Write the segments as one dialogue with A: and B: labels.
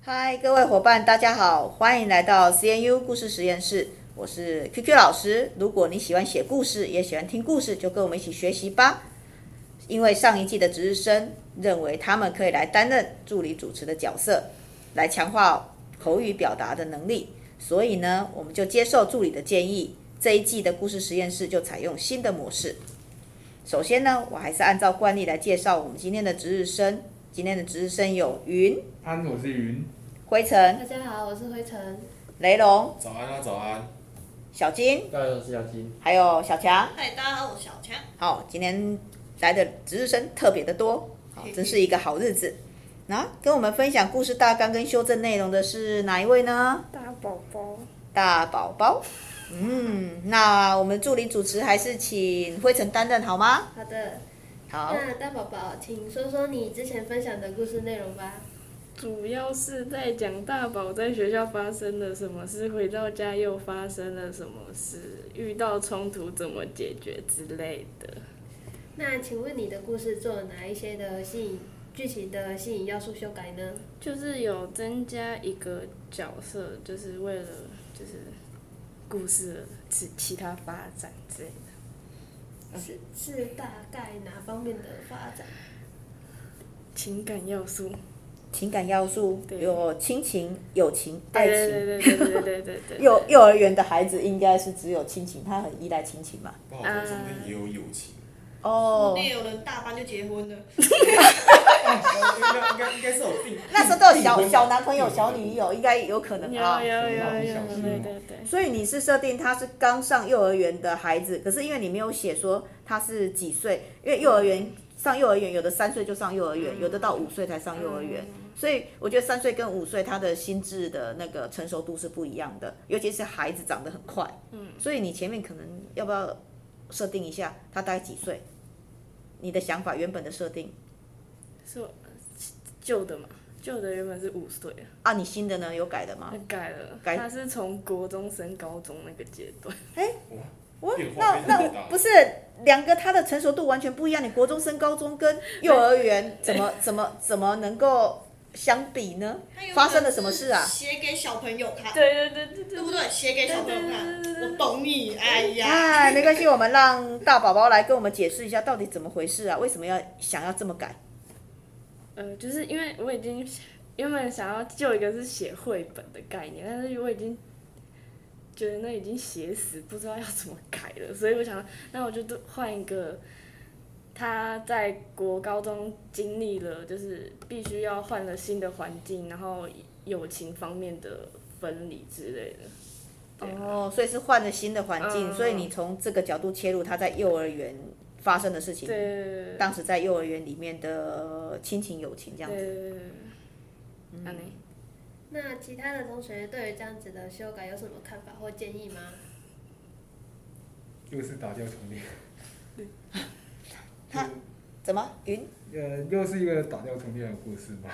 A: 嗨，各位伙伴，大家好，欢迎来到 CNU 故事实验室，我是 QQ 老师。如果你喜欢写故事，也喜欢听故事，就跟我们一起学习吧。因为上一季的值日生认为他们可以来担任助理主持的角色，来强化口语表达的能力，所以呢，我们就接受助理的建议，这一季的故事实验室就采用新的模式。首先呢，我还是按照惯例来介绍我们今天的值日生。今天的值日生有云、
B: 安，我是云。
A: 灰尘、
C: 大家好，我是灰尘。
A: 雷龙、
B: 早安啊，早安。
A: 小金，
D: 大家好，我是小金。
A: 还有小强。
C: 嗨，大家好，我是小强。
A: 好，今天来的值日生特别的多，好，真是一个好日子。那跟我们分享故事大纲跟修正内容的是哪一位呢？
C: 大宝宝，
A: 大宝宝。嗯，那我们助理主持还是请灰尘担任好吗？
C: 好的。
A: 好，
E: 嗯
C: 那大宝宝，请说说你之前分享的故事内容吧。
E: 主要是在讲大宝在学校发生了什么事，回到家又发生了什么事，遇到冲突怎么解决之类的。
C: 那请问你的故事做了哪一些的吸引剧情的吸引要素修改呢？
E: 就是有增加一个角色，就是为了就是故事的其其他发展之类的。
C: 是是大概哪方面的发展？
E: 情感要素，
A: 情感要素
E: 对
A: 有亲情、友情、爱
E: 对
A: 情。
E: 对对对对对对对对，
A: 幼幼儿园的孩子应该是只有亲情，他很依赖亲情嘛。
B: 那我们说不定也有友情。
A: 哦，
E: 嗯
F: 有人大班就结婚了，
B: 哦应该应该应该是有定。
A: 那时候都有小小男朋友、小女。友，应该有可能
E: 嗯有
A: 啊。
E: 有有有，
B: 小心
E: 对
B: 哦
E: 对对。
A: 所以你是设定他是刚上幼儿园的孩子，可是因为你没有写说他是几岁，因为幼儿园上幼儿园有的三岁就上幼儿园，有的到五岁才上幼儿园，所以我觉得三岁跟五岁他的心智的那个成熟度是不一样的，尤其是孩子长得很快，嗯，所以你前面可能要不要设定一下他大概几岁？你的想法原本的设定
E: 是我旧的嘛，旧的原本是五岁啊，
A: 啊，你新的呢有改的吗？
E: 改了，
A: 改
E: 他是从国中升高中那个阶段。
A: 我
B: 变化
A: 那
B: 非常
A: 那
B: 大
A: 不是两个，他的成熟度完全不一样。你国中升高中跟幼儿园怎 么怎么怎么能够相比呢？发生了什么事啊？
F: 写给小朋友看，
E: 对对对
F: 对不对？写给小朋友看，我懂你。哎呀，
A: 哎，没关系，我们让大宝宝来跟我们解释一下到底怎么回事啊？为什么要想要这么改？
E: 呃，就是因为我已经原本想要就一个是写绘本的概念，但是我已经觉得那已经写死，不知道要怎么改了，所以我想，那我就多换一个。他在国高中经历了，就是必须要换了新的环境，然后友情方面的分离之类的。对啊
A: 哦，所以是换了新的环境，
E: 嗯
A: 所以你从这个角度切入他在幼儿园发生的事情，
E: 对，
A: 当时在幼儿园里面的亲情友情这样
E: 对
A: 子。
E: 对对对对，安内、
C: 那其他的同学对于这样子的修改有什么看法或建议吗？
B: 又是打掉重练。
A: 他怎么云？
B: 呃，又是一个打掉重练的故事吧？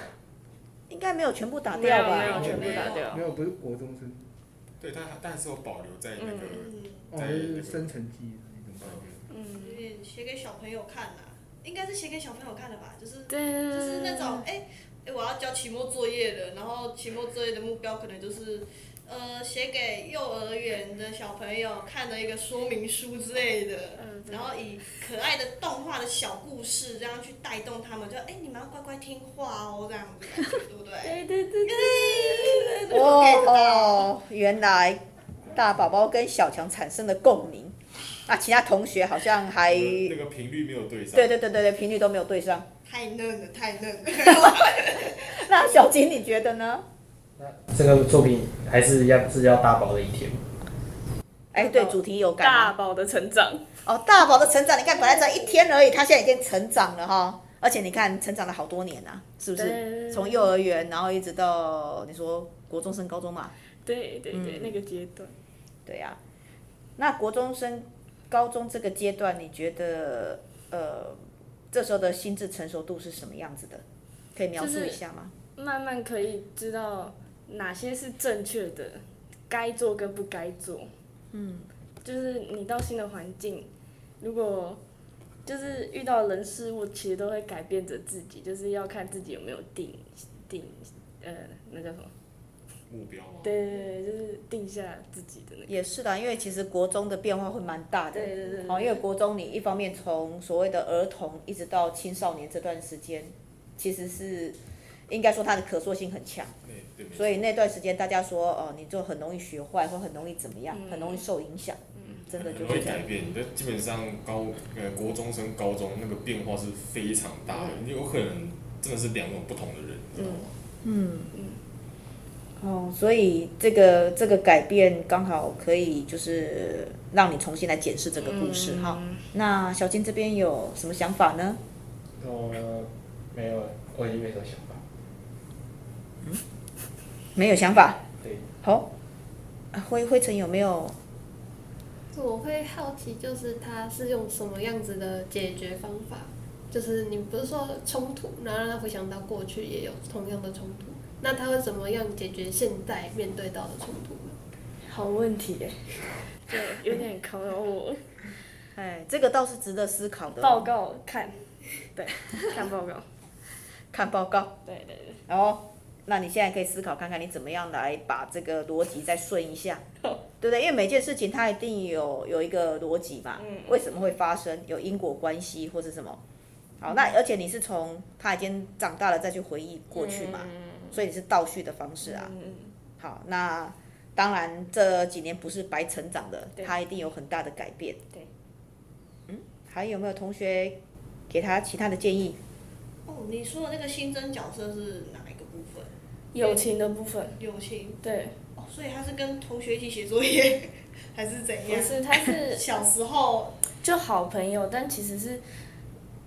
A: 应该没有全部打
E: 没
A: 掉
E: 有
A: 吧？
E: 没有
B: 全
E: 全
B: 部
E: 部
F: 打掉
E: 打掉
B: 没。有，不是国中生，
G: 对，但它但是有保留在那个，
B: 哦，就是生成记忆的那种感觉。
E: 嗯，
F: 就是写给小朋友看啦，应该是写给小朋友看的吧？就是
E: 嗯对对
F: 就
E: 对，
F: 是那种哎哎，我要交期末作业了，然后期末作业的目标可能就是。呃，写给幼儿园的小朋友看的一个说明书之类的，
E: 嗯，
F: 然后以可爱的动画的小故事这样去带动他们，就哎、你们要乖乖听话哦，这样 子感觉，对不对？
E: 对对对对，
A: 哦哦，原来大宝宝跟小强产生了共鸣，那其他同学好像还
E: 嗯
G: 那个频率没有对上。
A: 对对对对对频率都没有对上。
F: 太嫩了，太嫩了。
A: 那小金你觉得呢？
D: 这个作品还是要是要大宝的一天。
A: 哎，对，主题有改
E: 大
A: 吗？
E: 宝的成长，
A: 哦，大宝的成长，你看本来才一天而已，他现在已经成长了哈，而且你看成长了好多年啊，是不是？
E: 对
A: 从幼儿园，然后一直到你说国中升高中嘛，
E: 对对对
A: 嗯
E: 那个阶段，
A: 对呀、那国中升高中这个阶段，你觉得呃，这时候的心智成熟度是什么样子的？可以描述一下吗？
E: 慢慢可以知道哪些是正确的，该做跟不该做。嗯，就是你到新的环境，如果就是遇到人事物，其实都会改变着自己，就是要看自己有没有定定呃那叫什么？
G: 目标啊吗？
E: 对对对，就是定下自己的那个。
A: 也是啦，因为其实国中的变化会蛮大的。哦
E: 对对对
A: 好，因为国中你一方面从所谓的儿童一直到青少年这段时间，其实是应该说它的可塑性很强，
G: 对对，没错
A: 所以那段时间大家说哦、你就很容易学坏，或很容易怎么样，
E: 嗯
A: 很容易受影响，真的就
G: 很
A: 是
G: 容易
A: 这样
G: 改。变。你的基本上高呃国中升高中那个变化是非常大的，
B: 嗯
G: 你有可能真的是两种不同的人，你知道吗？
A: 哦，嗯所以这个这个改变刚好可以就是让你重新来检视这个故事哈、那小金这边有什么想法呢？
D: 我哦没有，我已经没什么想法。
A: 没有想法。
D: 对，
A: 好、啊灰灰尘有没有？
C: 我会好奇，就是他是用什么样子的解决方法？就是你不是说冲突，然后让他回想到过去也有同样的冲突，那他会怎么样解决现在面对到的冲突呢？
E: 好问题耶，对，有点考到我。
A: 哎，这个倒是值得思考的哦。
E: 报告看，对，看报告，
A: 看报告，
E: 对对对。
A: 然后，那你现在可以思考看看你怎么样来把这个逻辑再顺一 下，对不对？因为每件事情它一定有有一个逻辑嘛，
E: 嗯
A: 为什么会发生，有因果关系或是什么。
E: 嗯
A: 好，那而且你是从他已经长大了再去回忆过去
E: 嗯
A: 嘛，所以你是倒叙的方式啊。好，那当然这几年不是白成长的，
E: 对
A: 他一定有很大的改变。
E: 对，
A: 嗯，还有没有同学给他其他的建议？
F: 哦，你说的那个新增角色是哪一个部分？
E: 友情的部分，
F: 友情
E: 对，
F: 哦，所以他是跟同学一起写作业，还是怎
E: 也
F: 样？
E: 是他是
F: 小时候
E: 就好朋友，但其实是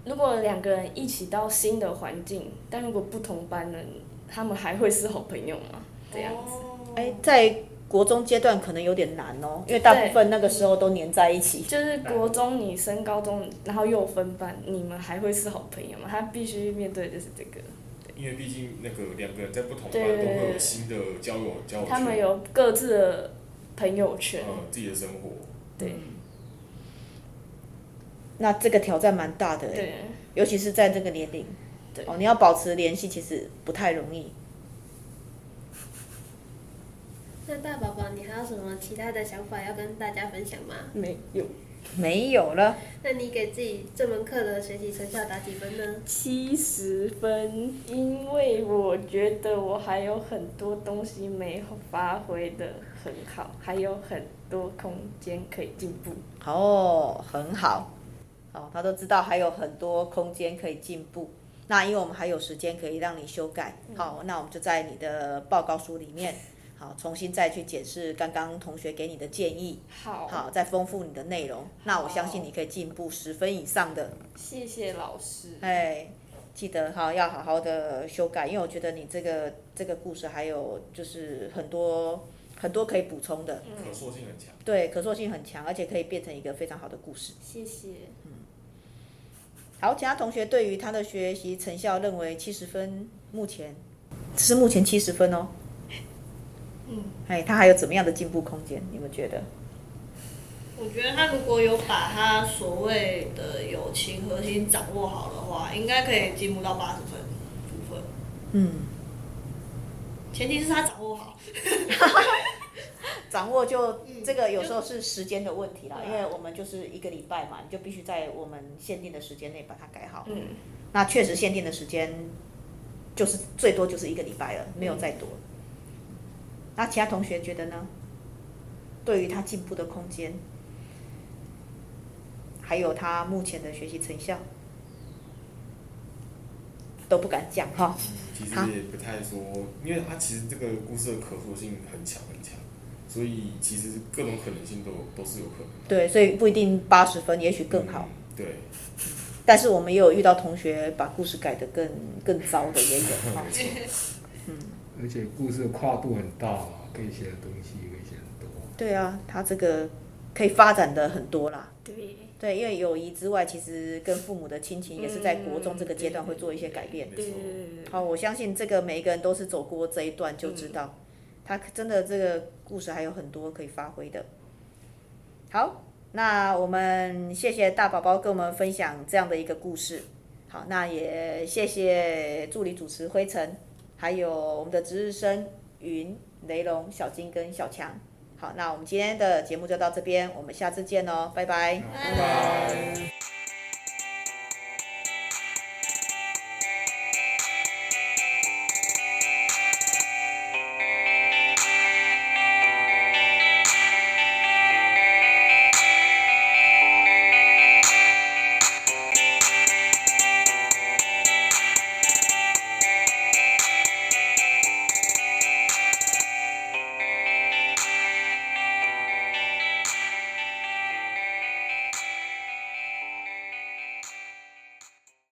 E: 如果两个人一起到新的环境，但如果不同班的，他们还会是好朋友吗？这样子，
F: 哦
A: 哎，在国中阶段可能有点难哦，因为大部分那个时候都黏在一起。
E: 就是国中你升高中，然后又分班，你们还会是好朋友吗？他必须面对就是这个，
G: 因为毕竟那个两个人在不同班
E: 对
G: 都会有新的交友交友圈，
E: 他们有各自的朋友圈，
G: 呃自己的生活，
E: 对
A: 那这个挑战蛮大的，欸
E: 对，
A: 尤其是在这个年龄，
E: 对
A: 哦，你要保持联系其实不太容易。
C: 那大宝宝，你还有什么其他的想法要跟大家分享吗？
E: 没有
A: 没有了，
C: 那你给自己这门课的学习成效打几分呢？
E: 七十分，因为我觉得我还有很多东西没发挥的很好，还有很多空间可以进步。
A: 哦，很好，哦，他都知道还有很多空间可以进步。那因为我们还有时间可以让你修改，
E: 嗯
A: 好，那我们就在你的报告书里面，好，重新再去检视刚刚同学给你的建议，
E: 好，
A: 好，再丰富你的内容。那我相信你可以进步十分以上的。
E: 谢谢老师。
A: 哎，记得哈，要好好的修改，因为我觉得你这个这个故事还有就是很多很多可以补充
E: 嗯
A: 的，
G: 可塑性很强。
A: 对，可塑性很强，而且可以变成一个非常好的故事。
E: 谢谢。
A: 好，其他同学对于他的学习成效认为七十分，目前只是目前七十分哦。
F: 嗯，
A: 哎，他还有怎么样的进步空间？你们觉得？
F: 我觉得他如果有把他所谓的友情核心掌握好的话，应该可以进步到八十分部分。
A: 嗯，
F: 前提是他掌握好。
A: 掌握就
F: 嗯
A: 这个有时候是时间的问题啦，
F: 对啊
A: 因为我们就是一个礼拜嘛，你就必须在我们限定的时间内把它改好。
E: 嗯，
A: 那确实限定的时间就是最多就是一个礼拜了，没有
F: 嗯
A: 再多。那其他同学觉得呢？对于他进步的空间，还有他目前的学习成效，都不敢讲哈。
G: 其实
A: 好
G: 也不太说，因为它其实这个故事的可塑性很强很强，所以其实各种可能性都有都是有可能。
A: 对，所以不一定八十分，也许更好。
G: 嗯。对，
A: 但是我们也有遇到同学把故事改得更更糟的也有哈。
H: 而且故事的跨度很大啊，可以写的东西可以写很多。
A: 对啊，他这个可以发展的很多啦。
E: 对，
A: 对，因为友谊之外，其实跟父母的亲情也是在国中这个阶段会做一些改变。
G: 没
E: 对
G: 错。
A: 好，我相信这个每一个人都是走过这一段就知道，他真的这个故事还有很多可以发挥的。好，那我们谢谢大宝宝跟我们分享这样的一个故事。好，那也谢谢助理主持灰尘，还有我们的值日生云、雷龙、小金跟小强。好，那我们今天的节目就到这边，我们下次见哦，拜拜。
F: 拜拜。